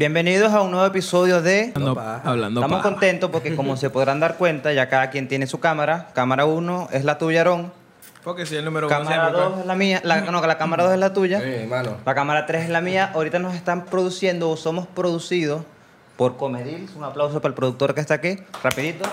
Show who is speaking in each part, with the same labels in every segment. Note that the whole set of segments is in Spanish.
Speaker 1: Bienvenidos a un nuevo episodio de
Speaker 2: Hablando
Speaker 1: Paja.
Speaker 2: hablando
Speaker 1: Estamos
Speaker 2: paja.
Speaker 1: contentos porque como se podrán dar cuenta, ya cada quien tiene su cámara. Cámara 1 es la tuya, Aarón.
Speaker 3: Porque si el número uno
Speaker 1: Cámara
Speaker 3: siempre.
Speaker 1: 2
Speaker 3: pues.
Speaker 1: es la mía. La, no, la cámara 2 es la tuya.
Speaker 4: Sí, hermano.
Speaker 1: La cámara 3 es la mía. Ahorita nos están produciendo o somos producidos por Comedil. Un aplauso para el productor que está aquí. Rapidito.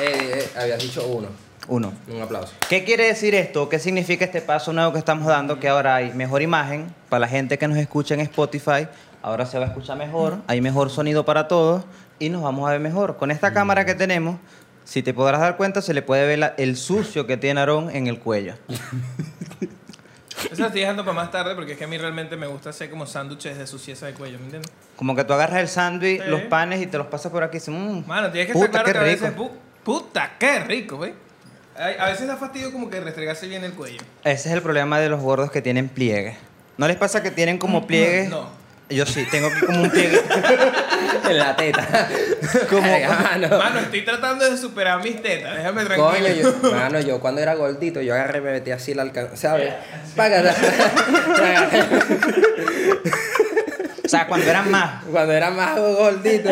Speaker 4: Eh, eh, habías dicho uno.
Speaker 1: Uno.
Speaker 4: Un aplauso.
Speaker 1: ¿Qué quiere decir esto? ¿Qué significa este paso nuevo que estamos dando? Que ahora hay mejor imagen para la gente que nos escucha en Spotify. Ahora se va a escuchar mejor, hay mejor sonido para todos y nos vamos a ver mejor. Con esta cámara
Speaker 3: Mm.
Speaker 1: que tenemos, si te podrás dar cuenta, se le puede ver la- el sucio que tiene Aarón en el cuello.
Speaker 3: Eso lo estoy dejando para más tarde porque es que a mí realmente me gusta hacer como sándwiches de suciedad de cuello, ¿me entiendes?
Speaker 1: Como que tú agarras el sándwich,
Speaker 3: Sí.
Speaker 1: los panes y te los pasas por aquí. y dices, "Mm,
Speaker 3: Mano, tienes que
Speaker 1: puta,
Speaker 3: estar claro
Speaker 1: qué
Speaker 3: que a veces.
Speaker 1: rico".
Speaker 3: pu- puta, qué rico, güey. Ay, A veces da fastidio como que restregarse bien el cuello.
Speaker 1: Ese es el problema de los gordos que tienen pliegues. ¿No les pasa que tienen como pliegues?
Speaker 3: Mm, no.
Speaker 1: Yo sí, tengo aquí como un pliegue.
Speaker 4: en la teta. Como mano.
Speaker 3: Mano, estoy tratando de superar mis tetas, déjame tranquilo.
Speaker 4: Coño, yo, mano, yo cuando era gordito, yo agarré y me metí así la alcanza, ¿sabes? Págata.
Speaker 1: O sea, cuando eran más.
Speaker 4: cuando era más gordito.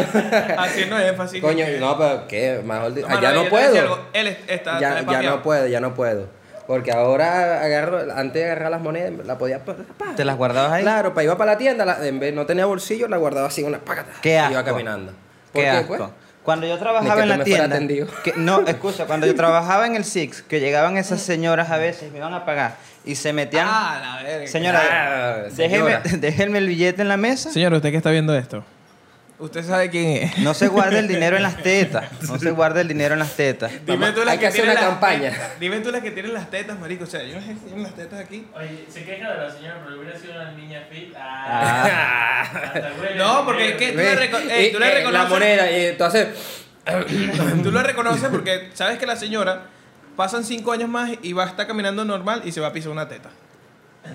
Speaker 3: Haciendo énfasis.
Speaker 4: Coño,
Speaker 3: que-
Speaker 4: no, pero ¿qué? Más gordito. Ah,
Speaker 3: Mano,
Speaker 4: ya
Speaker 3: yo
Speaker 4: no
Speaker 3: te decía algo,
Speaker 4: puedo.
Speaker 3: Él es- está. está
Speaker 4: Ya, ya
Speaker 3: espaciado.
Speaker 4: no puedo, ya no puedo. Porque ahora agarro, antes de agarrar las monedas, la podía. pa- pa-
Speaker 1: ¿Te las guardabas ahí?
Speaker 4: Claro, para iba para la tienda, la- en vez no tenía bolsillo, la guardaba así una págata.
Speaker 1: Qué
Speaker 4: y
Speaker 1: asco.
Speaker 4: Iba caminando. ¿Por
Speaker 1: Qué
Speaker 4: pues?
Speaker 1: asco. Cuando yo trabajaba
Speaker 4: Ni que
Speaker 1: en
Speaker 4: tú
Speaker 1: la
Speaker 4: me fueras
Speaker 1: tienda,
Speaker 4: atendido.
Speaker 1: que- no, escucha, cuando yo trabajaba en el Six, que llegaban esas señoras a veces, me iban a pagar y se metían,
Speaker 3: Ah, la verga.
Speaker 1: señora,
Speaker 4: ah,
Speaker 1: déjeme,
Speaker 4: señora.
Speaker 1: déjenme el billete en la mesa,
Speaker 3: Señor, usted que está viendo esto. Usted sabe quién es.
Speaker 1: no se guarde el dinero en las tetas, no se guarde el dinero en las tetas.
Speaker 3: Dime
Speaker 4: Vamos,
Speaker 3: tú las
Speaker 4: hay que hacer
Speaker 3: tienen
Speaker 4: una
Speaker 3: las
Speaker 4: campaña.
Speaker 3: tetas. Dime tú las que tienen las tetas, marico. O sea, yo no sé si tienen las tetas aquí.
Speaker 5: Oye, se queja de la señora, pero hubiera sido una niña fit. Ah,
Speaker 1: Ah,
Speaker 5: hasta huele
Speaker 3: No,
Speaker 5: el
Speaker 3: porque es
Speaker 5: dinero.
Speaker 3: que tú
Speaker 4: Ve,
Speaker 3: le, reco- eh,
Speaker 4: y-
Speaker 3: tú le
Speaker 4: eh,
Speaker 3: reconoces.
Speaker 4: La moneda, y entonces.
Speaker 3: Tú lo reconoces porque sabes que la señora pasan cinco años más y va a estar caminando normal y se va a pisar una teta.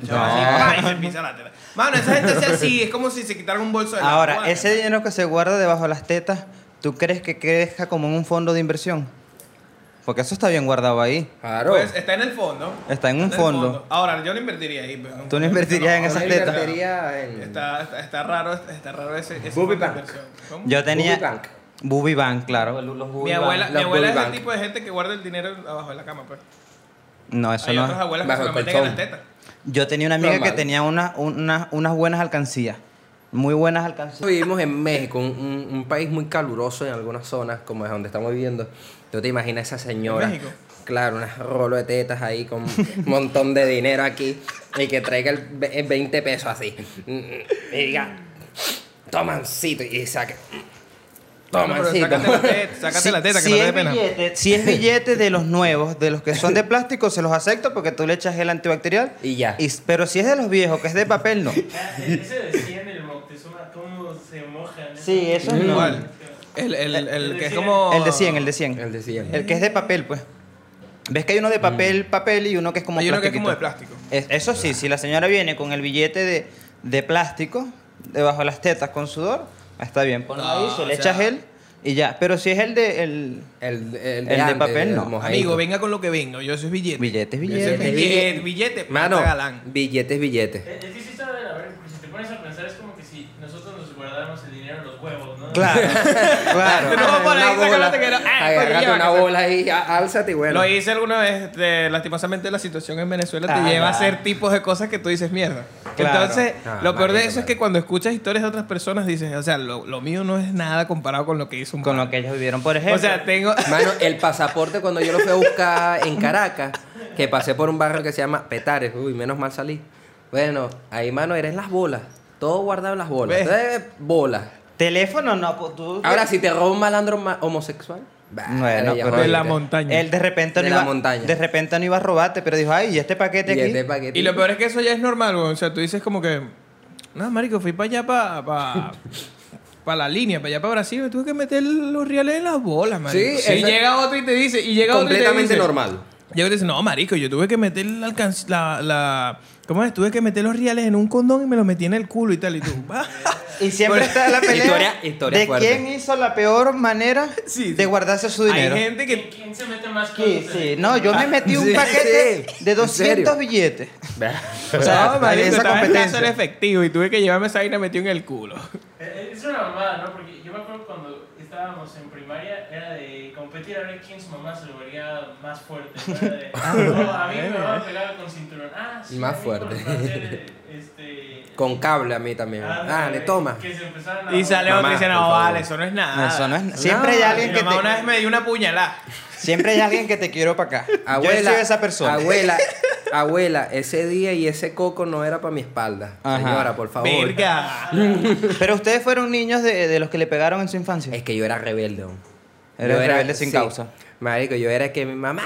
Speaker 3: Se va así, ¡pa! y se pisa la teta. Mano, esa gente hace así, es como si se quitaran un bolso de la
Speaker 1: ahora,
Speaker 3: guardia.
Speaker 1: ese dinero que se guarda debajo de las tetas, ¿tú crees que crezca como en un fondo de inversión? Porque eso está bien guardado ahí.
Speaker 4: Claro.
Speaker 3: Pues está en el fondo.
Speaker 1: Está en un
Speaker 3: el
Speaker 1: fondo.
Speaker 3: Ahora, yo no invertiría ahí. pero-
Speaker 1: Tú no invertirías en
Speaker 3: No,
Speaker 1: esas
Speaker 3: no,
Speaker 1: tetas.
Speaker 4: Invertiría en-
Speaker 3: Está, está, está raro, está raro ese, ese
Speaker 4: Booby
Speaker 3: fondo de
Speaker 4: Bank.
Speaker 3: inversión. ¿Cómo?
Speaker 1: Yo tenía
Speaker 4: Booby Bank.
Speaker 1: Booby Bank, claro. los Booby
Speaker 3: Mi
Speaker 1: Bank.
Speaker 3: abuela, mi
Speaker 4: las
Speaker 3: abuela es
Speaker 4: Booby
Speaker 3: el
Speaker 4: Bank.
Speaker 3: tipo de gente que guarda el dinero abajo de la cama. Pues.
Speaker 1: No, eso
Speaker 3: Hay
Speaker 1: no. es-
Speaker 3: otras abuelas que
Speaker 4: Bajo
Speaker 3: se lo
Speaker 4: el
Speaker 3: meten en las
Speaker 4: colchón.
Speaker 3: tetas.
Speaker 1: Yo tenía una amiga
Speaker 4: Normal.
Speaker 1: que tenía una- una- unas buenas alcancías. Muy buenas alcancías.
Speaker 4: Vivimos en México, un, un- un país muy caluroso en algunas zonas, como es donde estamos viviendo. ¿Tú te imaginas esa señora?
Speaker 3: ¿En México?
Speaker 4: Claro, unas rolo de tetas ahí con un montón de dinero aquí y que traiga el, ve- el 20 pesos así. Y diga, tomancito, y saque.
Speaker 3: Bueno, pero
Speaker 4: Tomancito.
Speaker 3: sácate la teta, sácate
Speaker 1: Si-
Speaker 3: la teta, que
Speaker 1: si
Speaker 3: no te dé
Speaker 1: es
Speaker 3: pena.
Speaker 1: billete- si es billete de los nuevos, de los que son de plástico, se los acepto porque tú le echas el antibacterial.
Speaker 4: Y ya.
Speaker 1: pero si es de los viejos, que es de papel, no.
Speaker 5: Ah, Ese desciende el Moctezuma, cómo se mojan.
Speaker 1: Sí, eso es no.
Speaker 3: ¿Cuál? El, el, el,
Speaker 5: El
Speaker 3: que es
Speaker 5: de
Speaker 3: como.
Speaker 1: El de 100, el de 100.
Speaker 4: El de 100.
Speaker 1: El que es de papel, pues. ¿Ves que hay uno de papel, papel y uno que es como
Speaker 3: Mm. Hay uno que es como de
Speaker 1: plastiquito?
Speaker 3: plástico.
Speaker 1: Es- eso sí, si la señora viene con el billete de, de plástico debajo de las tetas con sudor, está bien. Ponlo
Speaker 3: No,
Speaker 1: ahí, se le
Speaker 3: o sea-
Speaker 1: echa gel y ya. Pero si es el de el
Speaker 4: El, el
Speaker 1: El de
Speaker 4: antes,
Speaker 1: papel,
Speaker 4: el
Speaker 1: no.
Speaker 4: mojadito.
Speaker 3: Amigo, venga con lo que venga. Yo soy billete.
Speaker 1: billete, es
Speaker 3: Yo soy
Speaker 1: billete.
Speaker 4: Billete.
Speaker 3: billete. Billete,
Speaker 4: Mano,
Speaker 3: plata galán.
Speaker 4: billetes, billetes.
Speaker 5: Es es que sí está de la verga, porque si te pones a pensar es como que si nosotros nos guardáramos el dinero en los huevos, ¿no?
Speaker 1: Claro, claro.
Speaker 3: No, por ahí,
Speaker 4: Una
Speaker 3: sácala,
Speaker 4: bola.
Speaker 3: te quedo- Ah,
Speaker 4: Agárrate
Speaker 3: coño,
Speaker 4: una
Speaker 3: que se-
Speaker 4: bola ahí, á- álzate y bueno.
Speaker 3: Lo hice alguna vez. Te- lastimosamente, la situación en Venezuela te
Speaker 1: Ah,
Speaker 3: lleva a
Speaker 1: ya.
Speaker 3: hacer tipos de cosas que tú dices mierda.
Speaker 1: Claro.
Speaker 3: Entonces,
Speaker 4: Ah,
Speaker 3: lo peor de
Speaker 4: marico,
Speaker 3: eso es
Speaker 4: marico.
Speaker 3: que cuando escuchas historias de otras personas dices, o sea, lo, lo mío no es nada comparado con lo que hizo un
Speaker 1: Con lo
Speaker 3: pana.
Speaker 1: que ellos vivieron, por ejemplo.
Speaker 3: O sea, tengo.
Speaker 4: Mano, el pasaporte cuando yo lo fui a buscar en Caracas, que pasé por un barrio que se llama Petares, uy, menos mal salí. Bueno, ahí, mano, eran las bolas. Todo guardado en las bolas.
Speaker 3: ¿Ves?
Speaker 4: Entonces, bolas.
Speaker 1: teléfono no, pues, tú.
Speaker 4: Ahora, si te roba un malandro ma- homosexual, bah,
Speaker 1: Bueno, pero-
Speaker 4: ya jodiste.
Speaker 3: De la montaña.
Speaker 1: él de repente
Speaker 4: De
Speaker 1: no
Speaker 4: la
Speaker 1: iba,
Speaker 4: montaña.
Speaker 1: de repente no iba a robarte, pero dijo, ay, y este paquete
Speaker 4: Y
Speaker 1: aquí.
Speaker 4: este paquetito.
Speaker 3: Y lo peor es que eso ya es normal, güey. O sea, tú dices como que. No, marico, fui para allá, para. Para la línea, para allá, para Brasil. Me tuve que meter los reales en las bolas, marico.
Speaker 4: Sí,
Speaker 3: y
Speaker 4: eso-
Speaker 3: llega otro y te dice. Y llega otro y te
Speaker 4: Completamente
Speaker 3: dice-
Speaker 4: normal.
Speaker 3: Llega otro y te dice, no, marico, yo tuve que meter la, alcanc- la, la, ¿Cómo es? Tuve que meter los reales en un condón y me los metí en el culo y tal. Y tú, "Ah,
Speaker 1: Y siempre
Speaker 3: Bueno,
Speaker 1: está la pelea
Speaker 4: historia- historia
Speaker 1: de
Speaker 4: fuerte.
Speaker 1: quién hizo la peor manera
Speaker 3: Sí,
Speaker 1: de
Speaker 3: sí.
Speaker 1: guardarse su
Speaker 3: hay
Speaker 1: dinero.
Speaker 3: gente
Speaker 5: ¿Quién,
Speaker 3: que.
Speaker 5: quién se mete más
Speaker 1: Sí,
Speaker 5: cosas en
Speaker 1: sí.
Speaker 5: el-
Speaker 1: No, yo me metí un
Speaker 4: sí,
Speaker 1: paquete
Speaker 4: sí.
Speaker 1: de
Speaker 4: ¿En
Speaker 1: 200
Speaker 4: serio?
Speaker 1: billetes. O
Speaker 3: No,
Speaker 1: sea,
Speaker 3: marico,
Speaker 1: Ah, esa
Speaker 3: estaba en casa era
Speaker 1: competencia.
Speaker 3: efectivo y tuve que llevarme esa vaina metido en el culo.
Speaker 5: Eh, Es una mamada, ¿no? Porque yo me acuerdo cuando estábamos en primaria, era de competir a ver quién su mamá se lo vería más fuerte. ¿no? Era de,
Speaker 4: Ah,
Speaker 5: "Oh, a mí mi mamá me pegaba con cinturón. Ah, sí,
Speaker 4: eh, Más
Speaker 5: a mí por
Speaker 4: fuerte.
Speaker 5: placer, este,
Speaker 4: Con cable a mí también. Ah, le
Speaker 5: eh,
Speaker 4: toma.
Speaker 5: Que se
Speaker 1: Ah,
Speaker 5: empezaron a
Speaker 3: Y sale
Speaker 4: Mamá,
Speaker 3: otro y dice,
Speaker 4: por
Speaker 3: no,
Speaker 4: favor.
Speaker 3: vale, eso no es nada.
Speaker 1: Eso no es nada. Siempre hay alguien
Speaker 3: mi
Speaker 1: que
Speaker 3: mamá
Speaker 1: te-
Speaker 3: una vez me dio una puñalada.
Speaker 1: Siempre hay alguien que te quiero para acá.
Speaker 4: Abuela,
Speaker 1: yo he sido esa persona.
Speaker 4: abuela, abuela, ese día y ese coco no era para mi espalda.
Speaker 1: Ajá.
Speaker 4: Señora, por favor.
Speaker 3: Verga.
Speaker 1: Pero ustedes fueron niños de, de los que le pegaron en su infancia.
Speaker 4: Es que yo era rebelde. hombre.
Speaker 1: Era
Speaker 4: Yo
Speaker 1: rebelde sin causa.
Speaker 4: Marico, yo era que mi mamá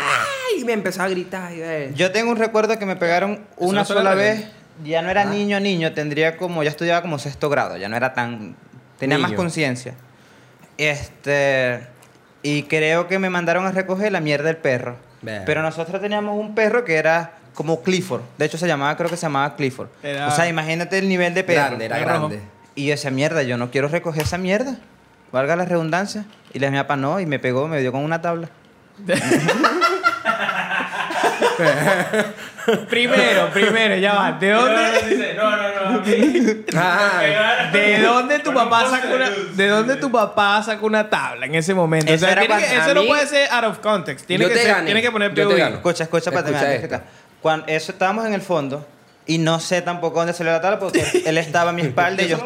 Speaker 4: y me empezaba a gritar. y, eh,
Speaker 1: Yo tengo un recuerdo que me pegaron una
Speaker 3: no suena
Speaker 1: sola
Speaker 3: rebelde.
Speaker 1: vez. Ya no era
Speaker 4: Ah.
Speaker 1: niño, niño. Tendría como, ya estudiaba como sexto grado. Ya no era tan, tenía más
Speaker 4: Niño.
Speaker 1: conciencia. Este, y creo que me mandaron a recoger la mierda del perro.
Speaker 4: Verga.
Speaker 1: Pero nosotros teníamos un perro que era como Clifford. De hecho se llamaba, creo que se llamaba Clifford.
Speaker 3: Era-
Speaker 1: O sea, imagínate el nivel de perro.
Speaker 4: grande, era
Speaker 3: perro.
Speaker 4: grande.
Speaker 1: Y yo decía, mierda, yo no quiero recoger esa mierda. Valga la redundancia. Y la mi papá no, y me pegó, me dio con una tabla.
Speaker 3: primero, primero, ya va. ¿De
Speaker 5: No, no,
Speaker 3: dónde?
Speaker 5: no, dice, no, no, no. a mí". Me
Speaker 4: Ah,
Speaker 5: pegaron.
Speaker 3: ¿De dónde tu
Speaker 5: Con un
Speaker 3: papá
Speaker 5: poste
Speaker 3: sacó una,
Speaker 5: luz.
Speaker 3: ¿De dónde tu papá sacó una tabla en ese momento? O
Speaker 1: Eso
Speaker 3: sea,
Speaker 1: era
Speaker 3: tiene que-
Speaker 1: cuando-
Speaker 4: a
Speaker 3: eso no
Speaker 4: mí-
Speaker 3: puede ser out of context. Tiene
Speaker 4: Yo
Speaker 3: que
Speaker 4: te
Speaker 3: ser-
Speaker 4: gané.
Speaker 3: tiene que poner
Speaker 4: Yo te
Speaker 3: POV.
Speaker 4: gano.
Speaker 1: Escucha, escucha, para
Speaker 4: Escucha
Speaker 1: terminar.
Speaker 4: esto.
Speaker 1: Cuando eso estábamos en el fondo y no sé tampoco dónde salió la tabla porque él estaba a mi espalda y yo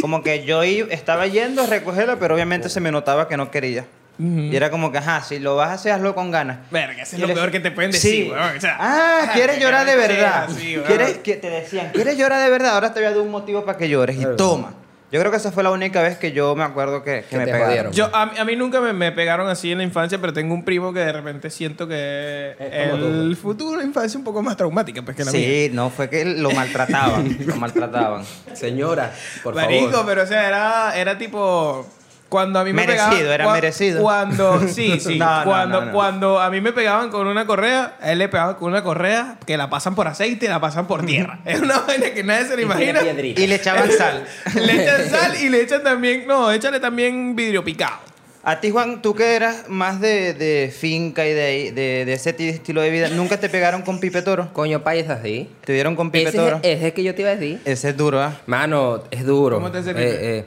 Speaker 1: como que yo i- estaba yendo a recogerla, pero obviamente se me notaba que no quería. Y era como que, ajá, si lo vas a hacer, hazlo con ganas.
Speaker 3: Verga, eso
Speaker 1: Y
Speaker 3: es lo
Speaker 1: le-
Speaker 3: peor que te pueden decir,
Speaker 1: Sí.
Speaker 3: weón. O sea,
Speaker 1: ah, quieres
Speaker 3: ay,
Speaker 1: llorar de
Speaker 3: sí,
Speaker 1: verdad.
Speaker 3: sí, weón.
Speaker 1: ¿Quieres, que te decían, quieres llorar de verdad, ahora te voy a dar un motivo para que llores. Y
Speaker 4: Claro.
Speaker 1: toma. Yo creo que esa fue la única vez que yo me acuerdo que, que
Speaker 4: Que
Speaker 1: me
Speaker 4: te
Speaker 1: pegaron.
Speaker 4: jodieron.
Speaker 3: Yo, a, mí- a mí nunca me, me pegaron así en la infancia, pero tengo un primo que de repente siento que
Speaker 4: Es como tú, pues.
Speaker 3: el futuro de infancia es un poco más traumática pues, que la mía.
Speaker 1: Sí, no, fue que lo maltrataban. lo maltrataban.
Speaker 4: señora, por
Speaker 3: Marico,
Speaker 4: favor.
Speaker 3: pero o sea, era, era tipo. Cuando a mí me
Speaker 1: Merecido,
Speaker 3: pegaban.
Speaker 1: era
Speaker 3: cua-
Speaker 1: merecido.
Speaker 3: Cuando, sí, sí.
Speaker 1: No, no,
Speaker 3: cuando,
Speaker 1: no, no.
Speaker 3: cuando a mí me pegaban con una correa, a él le pegaban con una correa que la pasan por aceite y la pasan por tierra. es una vaina que nadie se le
Speaker 4: Y tiene
Speaker 3: imagina.
Speaker 4: piedrita.
Speaker 1: Y le echaban sal.
Speaker 3: Le echan sal y le echan también. No, échale también vidrio picado.
Speaker 1: A ti, Juan, tú que eras más de, de finca y de, de- de ese ti- estilo de vida, ¿nunca te pegaron con pipe toro?
Speaker 4: Coño, pa, es así.
Speaker 1: ¿Te dieron con pipe
Speaker 4: Ese es,
Speaker 1: toro?
Speaker 4: el- ese es el que yo te iba a decir.
Speaker 1: Ese es duro, ¿ah?
Speaker 4: Mano, es duro.
Speaker 3: ¿Cómo te
Speaker 4: Eh,
Speaker 3: sentiste?
Speaker 4: eh,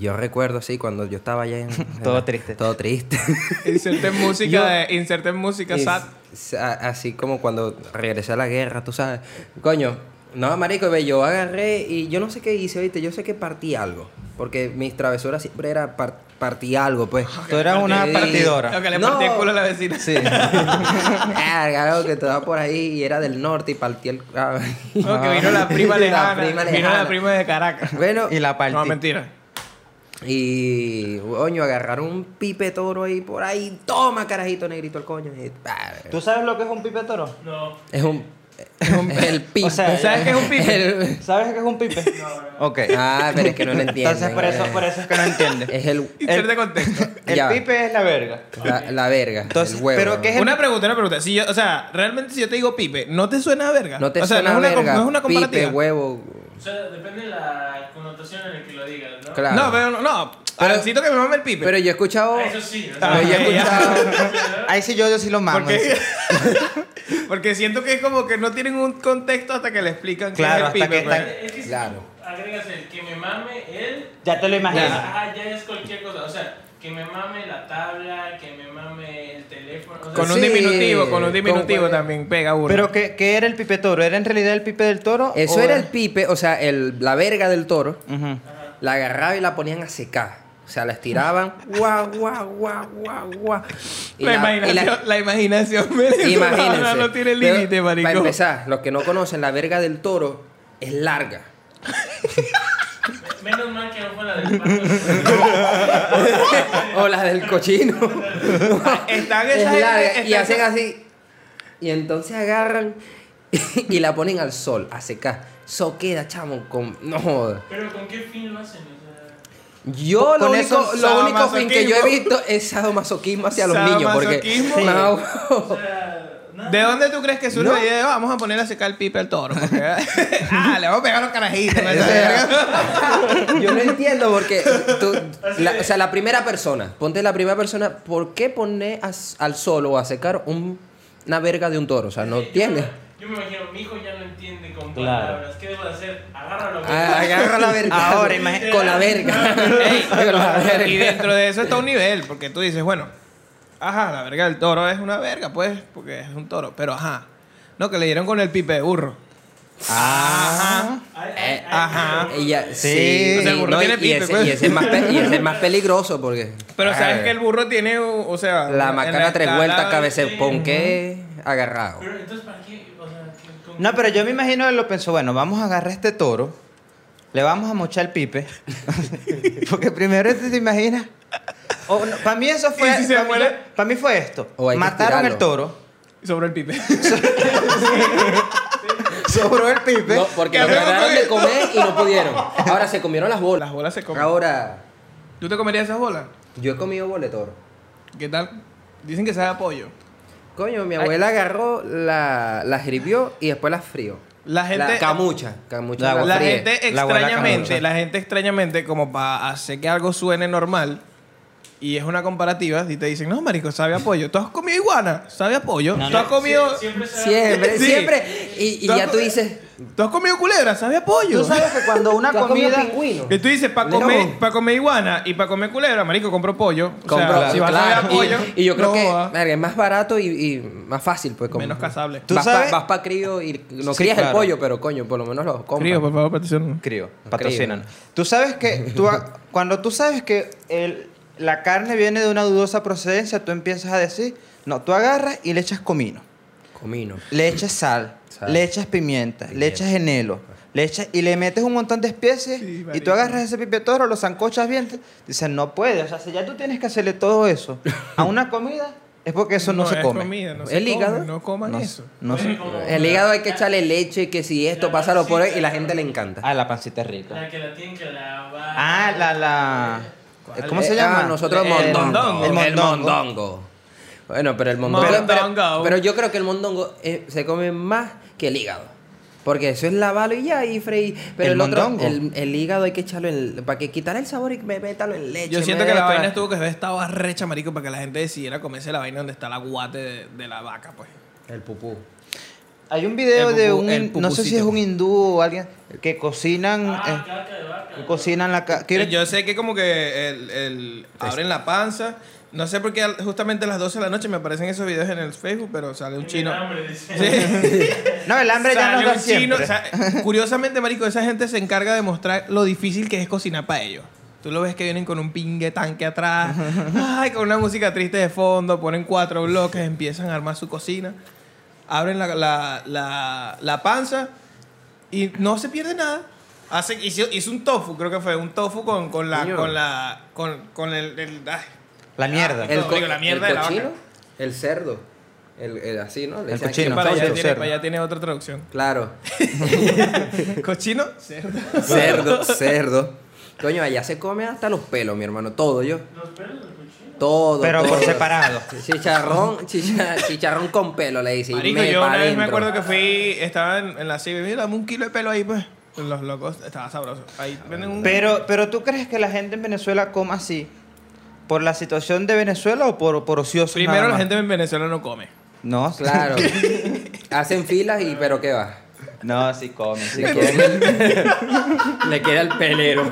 Speaker 4: yo recuerdo, sí, cuando yo estaba allá en... en
Speaker 1: Todo
Speaker 4: la-
Speaker 1: triste.
Speaker 4: Todo triste.
Speaker 3: Inserten música,
Speaker 4: Yo-
Speaker 3: de, inserten música
Speaker 4: Es-
Speaker 3: sad.
Speaker 4: es a- así como cuando regresé a la guerra, tú sabes. Coño, no, marico, ve, yo agarré y yo no sé qué hice, ¿viste? Yo sé que partí algo. Porque mis travesuras siempre era par- partí algo, pues.
Speaker 3: Ah,
Speaker 1: Tú eras una
Speaker 4: Sí.
Speaker 1: partidora.
Speaker 3: Lo que le
Speaker 4: No.
Speaker 3: partí el culo a la vecina.
Speaker 1: Sí.
Speaker 4: Verga, algo que estaba por ahí y era del norte y partí el... ah.
Speaker 3: No, que vino la prima
Speaker 4: La
Speaker 3: lejana.
Speaker 4: prima
Speaker 3: Vino
Speaker 4: lejana.
Speaker 3: la prima de Caracas.
Speaker 4: Bueno,
Speaker 1: Y la partí.
Speaker 3: No, mentira.
Speaker 4: Y, coño, agarraron un pipe toro ahí por ahí. Toma, carajito negrito, el coño. Y, bah,
Speaker 1: ¿Tú sabes lo que es un pipe toro?
Speaker 5: No,
Speaker 4: es un. es un- el pipe.
Speaker 1: O sea,
Speaker 3: ¿sabes qué es un pipe?
Speaker 4: El-
Speaker 1: ¿Sabes qué es un pipe? Ok.
Speaker 4: ah, pero es que no lo entiendo.
Speaker 1: Entonces, por eso, por eso es que no entiendes.
Speaker 4: Es el.
Speaker 3: Inserte contexto.
Speaker 1: El
Speaker 4: Ya.
Speaker 1: pipe es la verga.
Speaker 4: La, la verga.
Speaker 1: Entonces,
Speaker 4: el huevo.
Speaker 1: pero ¿qué es el-
Speaker 3: Una pregunta, una pregunta. Si yo, o sea, realmente si yo te digo Pipe, ¿no te suena a verga?
Speaker 4: No te
Speaker 3: o sea,
Speaker 4: suena
Speaker 3: no es una, com-
Speaker 4: verga.
Speaker 3: no es una comparativa.
Speaker 4: Pipe, huevo.
Speaker 5: o sea, depende de la connotación en la que lo digas, ¿no?
Speaker 4: Claro.
Speaker 3: No, pero Ah, no, no.
Speaker 4: Pero-
Speaker 3: Necesito que me mame el Pipe.
Speaker 4: Pero yo he escuchado.
Speaker 5: Eso sí, o sea,
Speaker 4: pero yo
Speaker 3: Ah,
Speaker 4: he
Speaker 3: ya.
Speaker 4: escuchado. pues.
Speaker 1: Ahí sí yo, yo sí lo mamo.
Speaker 3: porque, porque siento que es como que no tienen un contexto hasta que le explican
Speaker 1: Claro,
Speaker 3: qué es
Speaker 1: hasta que
Speaker 3: el Pipe. pues.
Speaker 1: están-
Speaker 5: es que si
Speaker 4: Claro.
Speaker 5: agregas el que me mame, él.
Speaker 1: Ah, Ya te lo imaginas.
Speaker 5: Ajá, ya es cualquier cosa. O sea, que me mame la tabla, que me mame el teléfono. O sea,
Speaker 3: Con un
Speaker 4: Sí.
Speaker 3: diminutivo, con un diminutivo
Speaker 4: Con-
Speaker 3: también pega uno.
Speaker 1: Pero ¿qué, qué era el pipe toro? ¿Era en realidad el pipe del toro?
Speaker 4: Eso
Speaker 1: o
Speaker 4: era el pipe, o sea, el, la verga del toro.
Speaker 1: Ujú.
Speaker 4: La agarraba y la ponían a secar. O sea, la estiraban. Guau, guau, guau, guau, guau. Y
Speaker 3: la,
Speaker 4: la- y la-
Speaker 3: imaginación, la... imaginación venezolana
Speaker 4: Imagínense.
Speaker 3: no tiene
Speaker 4: Pero,
Speaker 3: límite, marico.
Speaker 4: Para empezar, los que no conocen, la verga del toro es larga.
Speaker 5: me- menos mal que no fue la del pato.
Speaker 4: o la del cochino.
Speaker 3: Están
Speaker 4: es
Speaker 3: esas gente-
Speaker 4: larga. Y
Speaker 3: están-
Speaker 4: hacen así. Y entonces agarran y la ponen al sol, a secar. Eso queda, chamo, con... No joda.
Speaker 5: Pero ¿con qué fin lo hacen? O sea,
Speaker 4: Yo lo
Speaker 1: Con
Speaker 4: único,
Speaker 1: eso
Speaker 4: lo único fin que yo he
Speaker 3: sadomasoquismo.
Speaker 4: visto es sadomasoquismo hacia los niños. Porque...
Speaker 3: Sadomasoquismo.
Speaker 4: No,
Speaker 5: o sea, nada
Speaker 3: ¿De dónde tú crees que surge la idea de "Ah, vamos a poner a secar el pipe al toro? Porque, ah, le vamos a pegar los carajitos. ¿no?
Speaker 4: Yo no entiendo porque tú- la- o sea, la primera persona, ponte la primera persona, ¿por qué poner a s- al sol o a secar un- una verga de un toro? O sea, no
Speaker 5: Sí, Eh, yo
Speaker 4: tiene.
Speaker 5: me- Yo me imagino, mi hijo ya no entiende con
Speaker 1: Claro.
Speaker 5: palabras. ¿Qué debo de hacer? Agárralo.
Speaker 4: Ah, Agarra la verga.
Speaker 1: Ahora, imagi-
Speaker 4: Con la verga. Con la verga.
Speaker 3: y dentro de eso está un nivel, porque tú dices, bueno, ajá, la verga del toro es una verga, pues, porque es un toro, pero ajá. No, que le dieron con el pipe de burro.
Speaker 1: Ah.
Speaker 3: Ajá.
Speaker 5: Ay, ay,
Speaker 4: Eh,
Speaker 5: ay,
Speaker 3: ajá.
Speaker 5: pero-
Speaker 4: Y ya-
Speaker 1: Sí.
Speaker 4: sí,
Speaker 1: O sea,
Speaker 3: Ah, el burro
Speaker 4: no, y,
Speaker 3: tiene
Speaker 4: y
Speaker 3: pipe,
Speaker 4: ese,
Speaker 3: pues.
Speaker 4: y ese es más pe- y ese es más peligroso porque.
Speaker 3: Pero sabes
Speaker 4: Ay,
Speaker 3: que el burro tiene, o o sea.
Speaker 4: Ah. La macana tres vueltas,
Speaker 3: cabeza
Speaker 4: cabeza pon que agarrado.
Speaker 5: Pero entonces, ¿para qué? O sea, ¿qué- con-
Speaker 1: No, pero yo me imagino él lo pensó, bueno, vamos a agarrar este toro, le vamos a mochar el pipe. Porque primero este te imaginas. para mí eso fue.
Speaker 3: ¿Y si se
Speaker 1: para, mí,
Speaker 3: muere?
Speaker 1: pa' mí fue esto.
Speaker 4: O hay que
Speaker 1: Mataron
Speaker 4: estirarlo.
Speaker 1: el toro,
Speaker 3: Sobre el pipe.
Speaker 1: sobró el pipe.
Speaker 4: No, pues, porque
Speaker 3: ¿Qué
Speaker 4: lo
Speaker 3: hacemos
Speaker 4: trataron
Speaker 3: con
Speaker 4: de
Speaker 3: esto?
Speaker 4: comer y no pudieron. Ahora se comieron las bolas.
Speaker 3: Las bolas se comen.
Speaker 4: Ahora,
Speaker 3: ¿Tú te comerías esas bolas?
Speaker 4: yo he comido boletoro.
Speaker 3: ¿Qué tal? Dicen que sabe a pollo.
Speaker 4: Coño, mi abuela agarró, la, la hirvió y después la frío.
Speaker 3: La gente-
Speaker 4: camucha. Camucha.
Speaker 1: La-
Speaker 4: La,
Speaker 3: La
Speaker 4: fríe.
Speaker 3: gente
Speaker 1: la abuela
Speaker 3: extrañamente,
Speaker 1: Camucha.
Speaker 3: la gente extrañamente, como para hacer que algo suene normal, y es una comparativa, y te dicen, no, marico, sabe a pollo. ¿Tú has comido iguana? ¿Sabe a pollo? ¿Tú has comido...
Speaker 5: Siempre se
Speaker 4: Siempre,
Speaker 3: Sí.
Speaker 4: siempre. Y, y
Speaker 3: ¿Tú has
Speaker 4: ya tú
Speaker 3: comido-
Speaker 4: dices.
Speaker 3: ¿Tú has comido culebra? ¿Sabe a pollo?
Speaker 1: Tú sabes que cuando una
Speaker 4: ¿tú has comido
Speaker 1: comida.
Speaker 4: pingüino?
Speaker 3: Y tú dices, para
Speaker 4: No.
Speaker 3: comer, pa' comer iguana y para comer culebra, marico, compro pollo. O sea,
Speaker 4: Compro-
Speaker 3: si vas a
Speaker 4: claro,
Speaker 3: saber a pollo,
Speaker 4: y, y yo creo
Speaker 3: no
Speaker 4: que
Speaker 3: va.
Speaker 4: verga, es más barato y, y más fácil, pues. como-
Speaker 3: Menos cazable.
Speaker 1: ¿Tú
Speaker 4: vas
Speaker 1: sabes?
Speaker 4: para crío y no
Speaker 1: Sí,
Speaker 4: crías
Speaker 1: claro.
Speaker 4: el pollo, pero coño, por lo menos lo compras.
Speaker 3: Crío, pues. por favor, petición.
Speaker 1: Crío,
Speaker 4: Crío.
Speaker 1: patrocinan. Tú sabes que tú, a- cuando tú sabes que el- la carne viene de una dudosa procedencia, tú empiezas a decir, no, tú agarras y le echas comino,
Speaker 4: Comino.
Speaker 1: le echas sal,
Speaker 4: Sal.
Speaker 1: le echas pimienta, le echas enelo, le echas y le metes un montón de especies
Speaker 3: Sí,
Speaker 1: y
Speaker 3: marico.
Speaker 1: tú agarras ese pipe de toro, lo zancochas bien, te- dices, no puede, o sea, si ya tú tienes que hacerle todo eso a una comida, es porque eso no, se
Speaker 3: es
Speaker 1: come.
Speaker 3: comida, no se
Speaker 4: El
Speaker 3: come,
Speaker 4: hígado.
Speaker 3: no coman
Speaker 1: No,
Speaker 3: eso.
Speaker 1: no se-
Speaker 5: como
Speaker 4: El hígado hay que echarle leche, que si esto, pásalo por ahí, y la gente le encanta.
Speaker 1: Ah, la pancita es rica.
Speaker 5: La que la tienen que lavar.
Speaker 1: Ah, la, la... ¿Cómo se
Speaker 4: Eh,
Speaker 1: llama?
Speaker 4: ah, nosotros
Speaker 1: El
Speaker 4: mondongo.
Speaker 1: mondongo.
Speaker 4: El mondongo. Bueno, pero el mondongo.
Speaker 3: Mondongo.
Speaker 4: Pero, pero yo creo que el mondongo eh, se come más que el hígado. Porque eso es lavarlo y ya, y freír. Pero
Speaker 1: ¿El
Speaker 4: el, otro,
Speaker 1: mondongo?
Speaker 4: el, el hígado hay que echarlo en. Para que quitar el sabor y me- métalo en leche.
Speaker 3: Yo siento que la
Speaker 4: métalo-
Speaker 3: vaina estuvo que estaba recha, marico, para que la gente decidiera comerse la vaina donde está la guate de, de la vaca, pues.
Speaker 4: El pupú.
Speaker 1: Hay un video
Speaker 4: El
Speaker 1: de
Speaker 4: pupu-
Speaker 1: un
Speaker 4: el
Speaker 1: hin- no sé si
Speaker 4: pupucito.
Speaker 1: es un hindú o alguien que cocinan
Speaker 5: Ah,
Speaker 1: eh,
Speaker 5: caca de vaca.
Speaker 1: que cocinan la ca- ¿Quieres?
Speaker 3: Eh, Yo sé que como que el, el- abren la panza. No sé por qué al- justamente a las 12 de la noche me aparecen esos videos en el Facebook, pero sale un
Speaker 5: Tienen
Speaker 3: chino.
Speaker 5: hambre, dice.
Speaker 3: Sí.
Speaker 1: No, el hambre ya
Speaker 3: Sale
Speaker 1: nos da
Speaker 3: un chino,
Speaker 1: siempre.
Speaker 3: sa- curiosamente, marico, esa gente se encarga de mostrar lo difícil que es cocinar para ellos. Tú lo ves que vienen con un pingue tanque atrás, ay, con una música triste de fondo, ponen cuatro bloques, empiezan a armar su cocina, abren la, la- la- la panza y no se pierde nada. Hace, hizo, hizo un tofu, creo que fue un tofu con, con la
Speaker 4: Coño.
Speaker 3: con la con, con el, el- ay,
Speaker 1: la mierda.
Speaker 3: El co- digo, la mierda de la
Speaker 4: cochino,
Speaker 3: vaca.
Speaker 4: el cerdo. El, el- así, ¿no? Le
Speaker 1: El
Speaker 4: dicen aquí.
Speaker 1: cochino.
Speaker 3: para, allá
Speaker 1: cerdo,
Speaker 3: tiene,
Speaker 1: cerdo.
Speaker 3: para allá tiene otra traducción.
Speaker 4: Claro.
Speaker 3: Cochino, cerdo.
Speaker 4: Cerdo, cerdo. Coño, allá se come hasta los pelos, mi hermano. Todo yo.
Speaker 5: Los pelos del cuchillo.
Speaker 4: Todo.
Speaker 1: pero por
Speaker 4: todo.
Speaker 1: separado.
Speaker 4: Chicharrón, chicha- chicharrón con pelo, le dice. y
Speaker 3: Marico,
Speaker 4: me
Speaker 3: yo
Speaker 4: pa'
Speaker 3: una vez me
Speaker 4: dentro.
Speaker 3: acuerdo que fui, estaba en, en la CIVI, mira, dame un kilo de pelo ahí, pues. Los locos, estaba sabroso. Ahí venden un.
Speaker 1: Pero, pero tú crees que la gente en Venezuela coma así por la situación de Venezuela o por, por ocioso.
Speaker 3: Primero, la gente en Venezuela no come.
Speaker 1: No,
Speaker 4: Claro. Hacen filas y, pero ¿qué va?
Speaker 1: No, sí comen, sí
Speaker 4: Le
Speaker 1: comen.
Speaker 4: queda, le queda el pelero.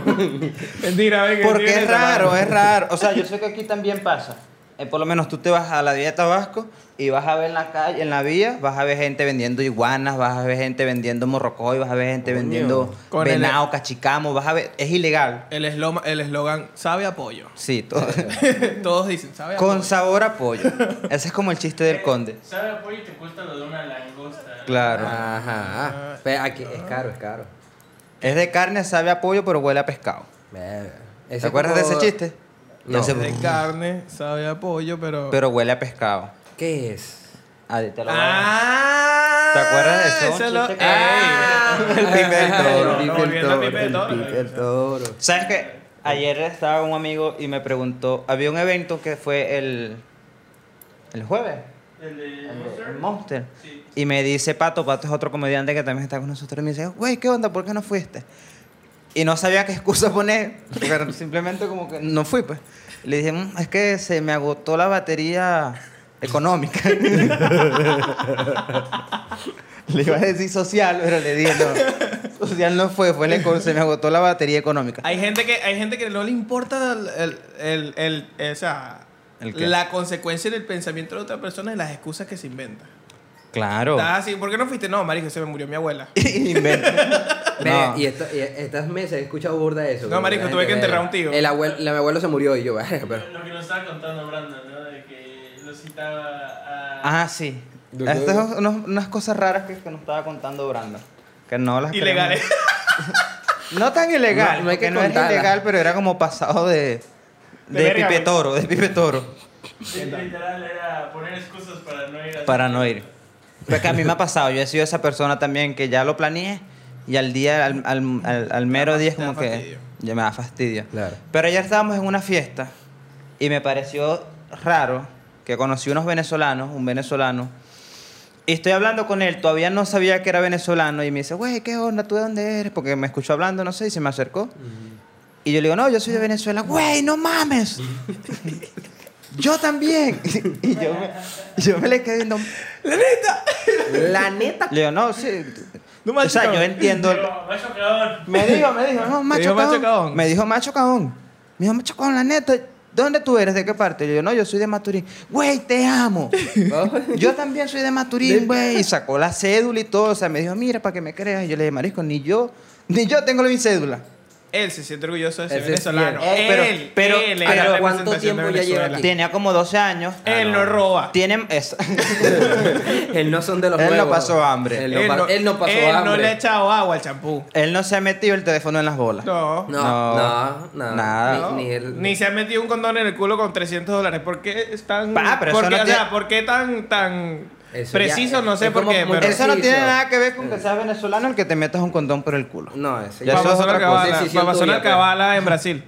Speaker 3: Mentira, venga.
Speaker 1: Porque es raro, eh. es raro. O sea, yo sé que aquí también pasa. Eh, por lo menos tú te vas a la dieta vasco y vas a ver en la calle, en la vía, vas a ver gente vendiendo iguanas, vas a ver gente vendiendo morrocoy, vas a ver gente
Speaker 4: Coño.
Speaker 1: vendiendo
Speaker 3: Con el-
Speaker 1: venado, cachicamo, vas a ver. Es ilegal.
Speaker 3: El esloma- el eslogan, sabe a pollo.
Speaker 1: Sí, todo.
Speaker 3: Todos dicen, sabe a
Speaker 1: Con
Speaker 3: pollo.
Speaker 1: sabor a pollo. Ese es como el chiste del conde.
Speaker 5: Sabe a pollo y te cuesta lo de una langosta. ¿no?
Speaker 1: Claro.
Speaker 4: Ajá. Pero aquí es caro, es caro.
Speaker 1: Es de carne, sabe a pollo, pero huele a pescado.
Speaker 4: Verga.
Speaker 1: ¿Te
Speaker 4: Ese
Speaker 1: acuerdas de
Speaker 4: como-
Speaker 1: ese chiste?
Speaker 4: No.
Speaker 1: Ese-
Speaker 3: De carne, sabe a pollo, pero.
Speaker 1: Pero huele a pescado.
Speaker 4: ¿Qué es?
Speaker 1: Ah, te lo voy a-
Speaker 3: ¡Ah!
Speaker 1: ¿Te acuerdas de eso?
Speaker 3: Ese
Speaker 1: Un
Speaker 3: lo-
Speaker 1: chiste que-
Speaker 3: ¡Ah!
Speaker 1: El pipe del toro.
Speaker 3: no,
Speaker 4: El pipe
Speaker 3: volviendo al pipe
Speaker 4: del
Speaker 3: del
Speaker 4: toro.
Speaker 3: toro.
Speaker 4: El pipe del toro.
Speaker 1: ¿Sabes qué? Ayer estaba con un amigo y me preguntó, había un evento que fue el, el jueves,
Speaker 5: El de
Speaker 1: el de-
Speaker 5: Monster.
Speaker 1: el Monster.
Speaker 5: Sí.
Speaker 1: Y me dice Pato, Pato es otro comediante que también está con nosotros. Y me dice, güey, ¿qué onda? ¿Por qué no fuiste? Y no sabía qué excusa poner, pero simplemente como que no fui, pues. Le dije, "Mm, es que se me agotó la batería económica. le iba a decir social, pero le dije, no. Social no fue, fue el eco- se me agotó la batería económica.
Speaker 3: Hay gente que, hay gente que no le importa el, el, el- el- esa-
Speaker 1: ¿El qué?
Speaker 3: la consecuencia del pensamiento de otra persona y las excusas que se inventa.
Speaker 1: Claro.
Speaker 3: Estás así, Ah, ¿por qué no fuiste? No, marico, se me murió mi abuela.
Speaker 1: Invento. No.
Speaker 4: Ve, Y, esto- y estas meses he escuchado burda de eso.
Speaker 3: No, marico,
Speaker 4: La
Speaker 3: tuve que
Speaker 4: gente,
Speaker 3: enterrar
Speaker 4: ve,
Speaker 3: un tío.
Speaker 4: El abuelo, el abuelo se murió y yo, verga, pero.
Speaker 5: Lo que nos estaba contando Brandon, ¿no? De que lo citaba a.
Speaker 1: Ah, sí.
Speaker 4: ¿De qué?
Speaker 1: Estas son unos- unas cosas raras que, que nos estaba contando Brandon. Que no las queremos-
Speaker 3: Ilegales.
Speaker 1: No tan ilegal,
Speaker 4: No,
Speaker 1: no,
Speaker 4: no hay que
Speaker 1: que no es
Speaker 4: contarla.
Speaker 1: ilegal, pero era como pasado de. De,
Speaker 3: De verga,
Speaker 1: Pipe
Speaker 3: güey.
Speaker 1: Toro, de Pipe Toro.
Speaker 5: Sí, literal era poner excusas para no ir a.
Speaker 1: Para no ir. Pues que a mí me ha pasado, yo he sido esa persona también que ya lo planeé y al día, al, al, al- al mero día es
Speaker 3: te da
Speaker 1: como que.
Speaker 3: fastidio.
Speaker 1: Ya me da fastidio.
Speaker 4: Claro.
Speaker 1: Pero ayer estábamos en una fiesta y me pareció raro que conocí unos venezolanos, un venezolano, y estoy hablando con él, todavía no sabía que era venezolano, y me dice, güey, ¿qué onda? ¿Tú de dónde eres? Porque me escuchó hablando, no sé, y se me acercó. Y yo le digo, no, yo soy de Venezuela, güey, no mames. yo también. y yo me, yo me le quedé viendo.
Speaker 4: La neta.
Speaker 1: Le digo, no, sí.
Speaker 3: No
Speaker 1: o sea,
Speaker 3: macho.
Speaker 1: yo entiendo.
Speaker 5: Pero, macho cabrón.
Speaker 1: Me dijo, me dijo, no, macho,
Speaker 3: dijo
Speaker 1: caón.
Speaker 3: macho caón.
Speaker 1: Me dijo macho caón. Me dijo macho caón, la neta. ¿Dónde tú eres? ¿De qué parte? Yo, no, yo soy de Maturín. Güey, te amo. yo también soy de Maturín, güey. Y sacó la cédula y todo. O sea, me dijo, mira, para que me creas. Y yo le dije, marisco, ni yo, ni yo tengo mi cédula.
Speaker 3: Él se siente orgulloso de ser
Speaker 4: Él se
Speaker 3: venezolano.
Speaker 4: siente- Eh,
Speaker 3: Él,
Speaker 1: pero-
Speaker 3: él,
Speaker 1: pero-
Speaker 3: él es
Speaker 1: pero
Speaker 3: la
Speaker 4: ¿cuánto
Speaker 3: representación de
Speaker 4: tiempo ya lleva
Speaker 3: Venezuela.
Speaker 4: aquí?
Speaker 1: Tenía como 12 años.
Speaker 3: Él no roba.
Speaker 1: Tienen eso.
Speaker 4: Él no son de los
Speaker 1: Él no
Speaker 4: nuevos.
Speaker 1: pasó hambre.
Speaker 4: Él no, pa- él no pasó
Speaker 3: él
Speaker 4: hambre.
Speaker 3: no le ha echado agua al champú.
Speaker 1: Él no se ha metido el teléfono en las bolas.
Speaker 3: No.
Speaker 4: No,
Speaker 1: No,
Speaker 4: no, no.
Speaker 1: nada.
Speaker 3: No.
Speaker 4: Ni, ni él.
Speaker 3: Ni se ha metido un condón en el culo con 300 dólares. ¿Por qué es tan,
Speaker 1: Pa, pero eso
Speaker 3: por qué-
Speaker 1: no
Speaker 3: o sea,
Speaker 1: tiene-
Speaker 3: ¿por qué tan, tan
Speaker 4: Eso ya-
Speaker 3: preciso? no
Speaker 4: es
Speaker 3: sé por
Speaker 4: como
Speaker 3: qué.
Speaker 4: muy
Speaker 3: Pero
Speaker 1: Eso no
Speaker 4: Sí,
Speaker 1: tiene
Speaker 4: sí.
Speaker 1: nada que ver con que seas venezolano el que te metas un condón por el culo.
Speaker 4: No, ese
Speaker 1: Ya
Speaker 4: ya
Speaker 1: eso
Speaker 3: Vamos
Speaker 1: es
Speaker 3: a una
Speaker 1: otra
Speaker 4: cosa,
Speaker 3: cabala.
Speaker 4: decisión
Speaker 3: Vamos a una
Speaker 4: tuya, pues.
Speaker 3: cabala en Brasil.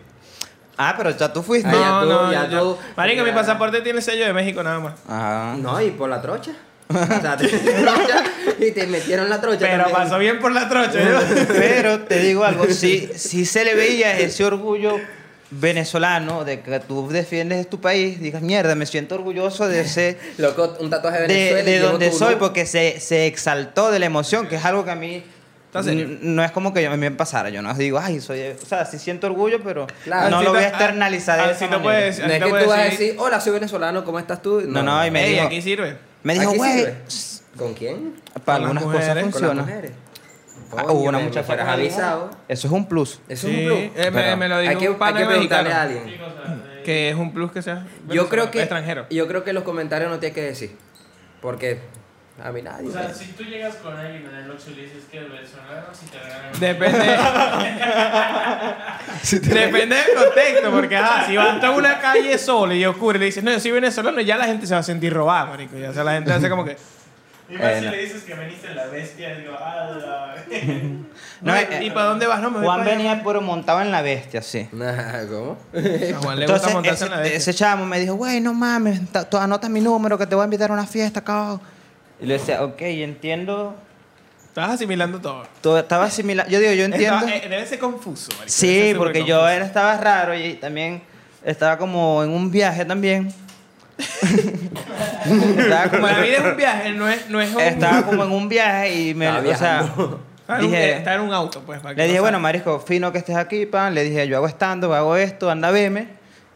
Speaker 1: Ah, pero ya tú fuiste.
Speaker 4: Ah, ya.
Speaker 3: No,
Speaker 4: tú,
Speaker 3: no,
Speaker 4: ya
Speaker 3: yo-
Speaker 4: tú.
Speaker 3: Marico, mi
Speaker 4: Ya.
Speaker 3: pasaporte tiene sello de México nada más.
Speaker 1: Ajá.
Speaker 4: No, y por la trocha. O sea, te trocha y te metieron la trocha.
Speaker 3: Pero
Speaker 4: también.
Speaker 3: pasó bien por la trocha. ¿no?
Speaker 1: Pero te digo algo, si, si se le veía ese orgullo venezolano de que tú defiendes tu país, digas, mierda, me siento orgulloso de ese...
Speaker 4: Loco, un tatuaje de Venezuela.
Speaker 1: De,
Speaker 4: y
Speaker 1: de
Speaker 4: llevo
Speaker 1: donde
Speaker 4: tu
Speaker 1: soy,
Speaker 4: logo.
Speaker 1: porque se, se exaltó de la emoción, que es algo que a mí
Speaker 3: ¿Estás serio?
Speaker 1: n- no es como que yo me pasara. Yo no digo, ay, soy. O sea, sí siento orgullo, pero
Speaker 4: Claro.
Speaker 1: no
Speaker 3: Así
Speaker 1: lo
Speaker 3: te-
Speaker 1: voy a externalizar. de
Speaker 3: así
Speaker 1: esa
Speaker 3: te
Speaker 1: manera.
Speaker 3: puedes-
Speaker 4: No es
Speaker 3: Te voy
Speaker 4: que
Speaker 3: a
Speaker 4: tú vas a
Speaker 3: decir-
Speaker 4: decir, hola, soy venezolano, ¿cómo estás tú?
Speaker 1: No, no, y me
Speaker 3: Ey,
Speaker 1: dijo,
Speaker 3: aquí sirve.
Speaker 1: me dijo,
Speaker 4: ¿Aquí
Speaker 1: güey,
Speaker 4: sirve? ¿Con quién?
Speaker 1: para
Speaker 3: Con las
Speaker 1: algunas
Speaker 3: mujeres,
Speaker 1: cosas
Speaker 3: con
Speaker 4: Con las
Speaker 1: funciona.
Speaker 4: mujeres.
Speaker 1: Ah,
Speaker 4: Coño,
Speaker 1: hubo una
Speaker 4: me- me
Speaker 1: muchacha
Speaker 4: fueras avisado.
Speaker 1: Eso es un plus.
Speaker 4: Eso
Speaker 3: Sí,
Speaker 4: es un plus.
Speaker 3: eh, me,
Speaker 1: Pero
Speaker 3: me lo dijo
Speaker 4: Hay que,
Speaker 3: un pana
Speaker 4: hay que preguntarle
Speaker 3: mexicano.
Speaker 4: a
Speaker 5: ¿Qué
Speaker 4: alguien.
Speaker 5: cosa? Eh,
Speaker 3: Que es un plus que sea
Speaker 4: Yo creo que
Speaker 3: extranjero.
Speaker 4: Yo creo que los comentarios no tiene que decir. Porque a mí nadie.
Speaker 5: O sea,
Speaker 4: me-
Speaker 5: si tú llegas con alguien en el Oxxo y le dices que es venezolano, si te regalan.
Speaker 3: Depende. Depende del contexto, porque ajá, si vas a una calle sola y oscura y le dices, no, yo soy venezolano, ya la gente se va a sentir robada, marico. Ya, o sea, la gente hace como que.
Speaker 5: Y más
Speaker 1: Eh,
Speaker 5: si
Speaker 1: no.
Speaker 5: le dices que veniste en la bestia, digo, ah, la.
Speaker 1: No,
Speaker 3: "Ay, pues,
Speaker 1: eh,
Speaker 3: ¿Y para dónde vas? No, me voy
Speaker 1: Juan
Speaker 3: para allá".
Speaker 1: venía pero montado en la bestia, sí.
Speaker 4: Nah, ¿Cómo?
Speaker 3: A Juan le
Speaker 1: Entonces
Speaker 3: gusta montarse
Speaker 1: ese,
Speaker 3: en la bestia.
Speaker 1: ese chamo me dijo, güey, no mames, ta- tú anota mi número que te voy a invitar a una fiesta, cabrón. Y le decía, ok, entiendo.
Speaker 3: Estás asimilando todo.
Speaker 1: Todo, estaba similar. Yo digo, yo entiendo.
Speaker 3: Estaba- eh, debe ser confuso, marico. Debe
Speaker 1: sí,
Speaker 3: ser
Speaker 1: porque
Speaker 3: súper
Speaker 1: yo
Speaker 3: confuso.
Speaker 1: era- estaba raro y también estaba como en un viaje también. estaba, como,
Speaker 3: Para mí es un viaje, no es, no es un.
Speaker 1: estaba como en un viaje y me.
Speaker 4: Estaba
Speaker 1: O sea,
Speaker 4: viajando.
Speaker 3: Está en un-
Speaker 1: dije,
Speaker 3: está en un auto, pues. para que
Speaker 1: Le dije,
Speaker 3: no
Speaker 1: bueno,
Speaker 3: salga.
Speaker 1: marisco, fino que estés aquí, pan. Le dije, yo hago estando, hago esto, anda, veme.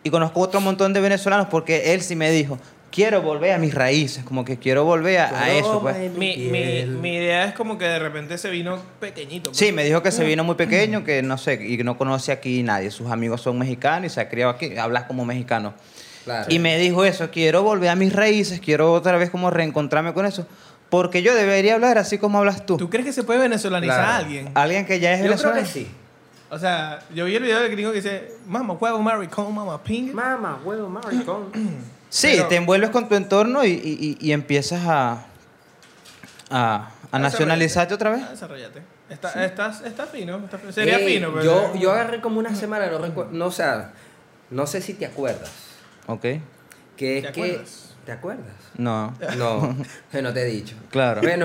Speaker 1: Y conozco otro montón de venezolanos porque él sí me dijo, quiero volver a mis raíces, como que quiero volver a, a eso, pues.
Speaker 3: Mi, mi, mi idea es como que de repente se vino pequeñito. pues.
Speaker 1: Sí, me dijo que se vino muy pequeño, que no sé, y que no conoce aquí nadie. Sus amigos son mexicanos y se ha criado aquí, hablas como mexicano.
Speaker 4: Claro.
Speaker 1: Y me dijo eso, quiero volver a mis raíces, quiero otra vez como reencontrarme con eso, porque yo debería hablar así como hablas tú.
Speaker 3: ¿Tú crees que se puede venezolanizar
Speaker 4: Claro.
Speaker 3: a alguien?
Speaker 1: Alguien que ya es
Speaker 4: Yo creo
Speaker 1: venezolano.
Speaker 4: que sí.
Speaker 3: O sea, yo vi el video del gringo que dice, mamá, huevo, maricón, mamá, ping.
Speaker 4: Mamá, huevo, maricón.
Speaker 1: Sí,
Speaker 3: Pero-
Speaker 1: te envuelves con tu entorno y, y- y- y empiezas a, a, a nacionalizarte otra vez.
Speaker 3: Ah, desarrollate. Está, estás, está fino. está fino. Sería
Speaker 4: Ey,
Speaker 3: fino, pero.
Speaker 4: Yo, yo agarré como una semana, no recuerdo. No, o sea, no sé si te acuerdas.
Speaker 1: Ok.
Speaker 4: Que
Speaker 3: ¿Te
Speaker 4: es que
Speaker 3: acuerdas?
Speaker 4: ¿Te acuerdas?
Speaker 1: No.
Speaker 4: No, que no te he dicho.
Speaker 1: Claro.
Speaker 4: Bueno,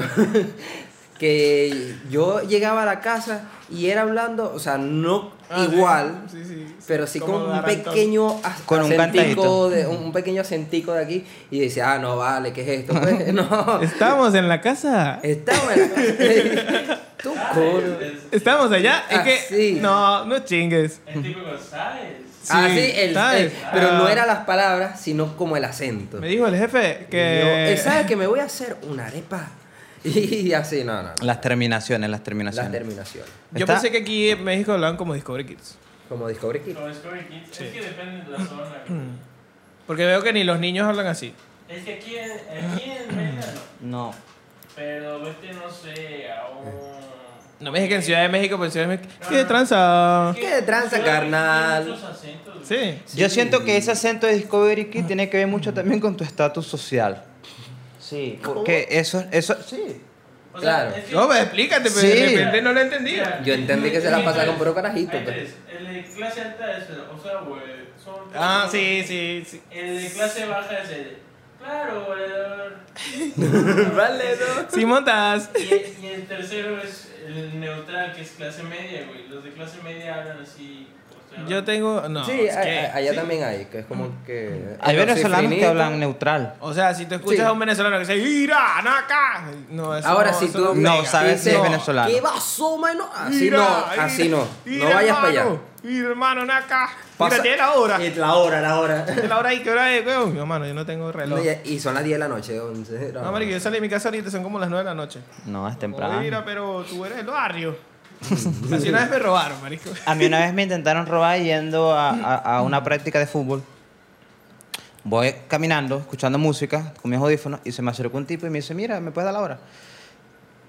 Speaker 4: que yo llegaba a la casa y era hablando, o sea, no
Speaker 3: Ah, sí.
Speaker 4: igual,
Speaker 3: Sí, sí.
Speaker 4: pero sí
Speaker 3: Como
Speaker 4: con un
Speaker 3: Garantón.
Speaker 4: pequeño ac-
Speaker 1: Con un cantadito.
Speaker 4: acentico de, un pequeño acentico de aquí y decía, ah, no vale, ¿qué es esto? Pues, no.
Speaker 3: Estamos en la casa.
Speaker 4: Estamos en la casa. Tú coño.
Speaker 3: Estamos allá. Es
Speaker 4: Ah,
Speaker 3: que.
Speaker 4: sí.
Speaker 3: No, no chingues.
Speaker 5: El tipo González.
Speaker 3: Sí,
Speaker 4: ah, sí, el,
Speaker 3: ¿sabes?
Speaker 4: el- pero no
Speaker 3: Ah.
Speaker 4: era las palabras, sino como el acento.
Speaker 3: Me dijo el jefe que.
Speaker 4: Yo, "Eh, ¿Sabes que me voy a hacer una arepa? Y así, no, no. no.
Speaker 1: Las terminaciones, las
Speaker 4: Las
Speaker 1: terminaciones.
Speaker 4: terminaciones.
Speaker 3: Yo
Speaker 1: Está-
Speaker 3: pensé que aquí en México hablaban como Discovery Kids.
Speaker 4: Como Discovery Kids.
Speaker 5: Como Discovery Kids.
Speaker 3: Sí.
Speaker 5: Es que depende de la zona.
Speaker 3: Porque veo que ni los niños hablan así.
Speaker 5: Es que aquí en, aquí en Mérida no.
Speaker 1: no.
Speaker 5: Pero vete, no sé, a un.
Speaker 3: No me dije que en Ciudad de México, pero en Ciudad de México.
Speaker 5: No,
Speaker 3: ¿Qué
Speaker 5: no.
Speaker 3: tranza?
Speaker 5: Es
Speaker 4: ¿Qué tranza,
Speaker 5: Ciudad de México
Speaker 4: carnal?
Speaker 5: tiene muchos acentos, güey.
Speaker 3: Sí.
Speaker 1: Yo
Speaker 4: Sí.
Speaker 1: siento que ese acento de Discovery Kids tiene que ver mucho también con tu estatus social. Sí, porque eso, eso, sí.
Speaker 5: O sea,
Speaker 4: Claro.
Speaker 5: es que-
Speaker 3: No, pues explícate, pero
Speaker 1: Sí.
Speaker 3: de repente no lo entendía.
Speaker 5: Mira,
Speaker 4: Yo entendí que se la
Speaker 5: hay
Speaker 4: pasaba
Speaker 5: tres.
Speaker 4: con puro carajito,
Speaker 5: Hay
Speaker 4: pues.
Speaker 5: tres. El de clase alta es, o sea, güey. son-
Speaker 3: Ah, sí, sí, sí.
Speaker 5: El de clase baja es el. Claro, valedor.
Speaker 4: Vale, no.
Speaker 3: Sí montas.
Speaker 5: Y el, y el tercero es el neutral, que es clase media, güey. Los de clase media hablan así. o sea,
Speaker 3: Yo tengo. No.
Speaker 4: sí,
Speaker 3: es
Speaker 4: a-
Speaker 3: que-
Speaker 4: a- allá
Speaker 3: sí.
Speaker 4: también hay, que es como que.
Speaker 1: Hay
Speaker 4: los
Speaker 1: venezolanos que
Speaker 4: cifrinitos.
Speaker 1: hablan neutral.
Speaker 3: O sea, si tú escuchas
Speaker 4: Sí.
Speaker 3: a un venezolano que dice, ¡Ira, naca! No, eso
Speaker 4: Ahora,
Speaker 3: no,
Speaker 4: si
Speaker 3: eso
Speaker 4: tú.
Speaker 1: No,
Speaker 3: pega.
Speaker 1: sabes si es
Speaker 4: dices,
Speaker 1: venezolano.
Speaker 4: ¿Qué vaso, mano? Así
Speaker 3: Mira,
Speaker 4: no,
Speaker 3: mira,
Speaker 4: así no.
Speaker 3: mira,
Speaker 4: no vayas para allá.
Speaker 3: hermano, Mira, hermano, naca.
Speaker 4: Pasa-
Speaker 3: Mira, tiene la hora.
Speaker 4: Es La hora, la hora.
Speaker 3: Tiene la hora ahí, ¿qué hora es, weón? Mi hermano, yo no tengo reloj.
Speaker 4: No, y- y son las 10 de la noche, 11.
Speaker 3: No, marico, yo salí de mi casa ahorita, son como las 9 de la noche.
Speaker 1: No, es
Speaker 3: Mira,
Speaker 1: temprano.
Speaker 3: pero tú eres del barrio. Así una vez me robaron, marico.
Speaker 1: A mí una vez me intentaron robar yendo a, a- a una práctica de fútbol. Voy caminando, escuchando música, con mis audífonos, y se me acercó un tipo y me dice, mira, ¿me puedes dar la hora?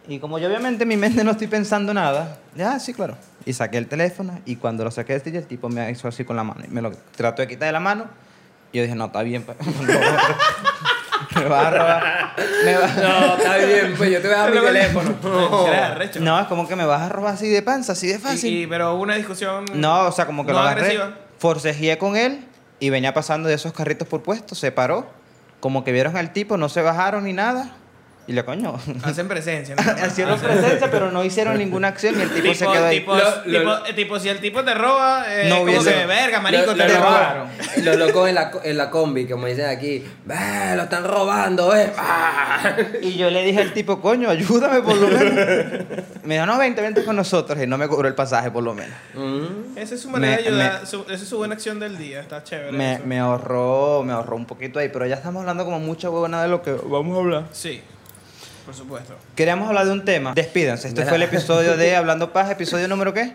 Speaker 1: Y como yo obviamente en mi mente no estoy pensando nada, ya, sí, claro. Y saqué el teléfono y cuando lo saqué del el tipo me hizo así con la mano. Y me lo trató de quitar de la mano. Y yo dije, no, está bien. pa- me va a robar. Me va-
Speaker 4: No, está bien, pues yo te voy a dar mi teléfono.
Speaker 3: Era arrecho.
Speaker 1: No, es como que me vas a robar así de panza, así de fácil.
Speaker 3: Y- y- pero hubo una discusión.
Speaker 1: No, o sea, como que
Speaker 3: no
Speaker 1: lo agarré,
Speaker 3: agresiva.
Speaker 1: forcejeé con él y venía pasando de esos carritos por puesto, se paró, como que vieron al tipo, no se bajaron ni nada. Y le coño,
Speaker 3: Hacen presencia. ¿no?
Speaker 1: hicieron presencia, pero no hicieron ninguna acción y el tipo
Speaker 3: Tipo,
Speaker 1: se quedó ahí.
Speaker 3: tipo,
Speaker 4: Lo-
Speaker 3: tipo-
Speaker 4: lo-
Speaker 3: eh, tipo, si el tipo te roba, eh,
Speaker 1: No
Speaker 3: como
Speaker 1: hubiese-
Speaker 3: que, verga, marico,
Speaker 4: Lo-
Speaker 3: te
Speaker 4: lo-
Speaker 3: robaron.
Speaker 4: Los locos en la, co- en la combi, como dicen aquí, "Bah, lo están robando, eh. bah".
Speaker 1: Y yo le dije al tipo, coño, ayúdame por lo menos. Me dijo, no, vente, vente con nosotros. Y no me cobró el pasaje por lo menos.
Speaker 4: Mm.
Speaker 3: Esa es su manera
Speaker 1: Me-
Speaker 3: de ayudar. su- esa es su buena acción del día. Está chévere.
Speaker 1: Me,
Speaker 3: eso.
Speaker 1: me ahorró, me ahorró un poquito ahí, pero ya estamos hablando como mucha huevona de lo que vamos a hablar.
Speaker 3: Sí, por supuesto.
Speaker 1: Queríamos hablar de un tema. Despídanse. Este fue el episodio de Hablando Paz, episodio número qué?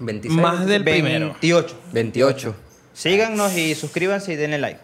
Speaker 4: 26.
Speaker 3: Más del primero.
Speaker 1: 28.
Speaker 4: 28.
Speaker 1: Síganos y suscríbanse y denle like.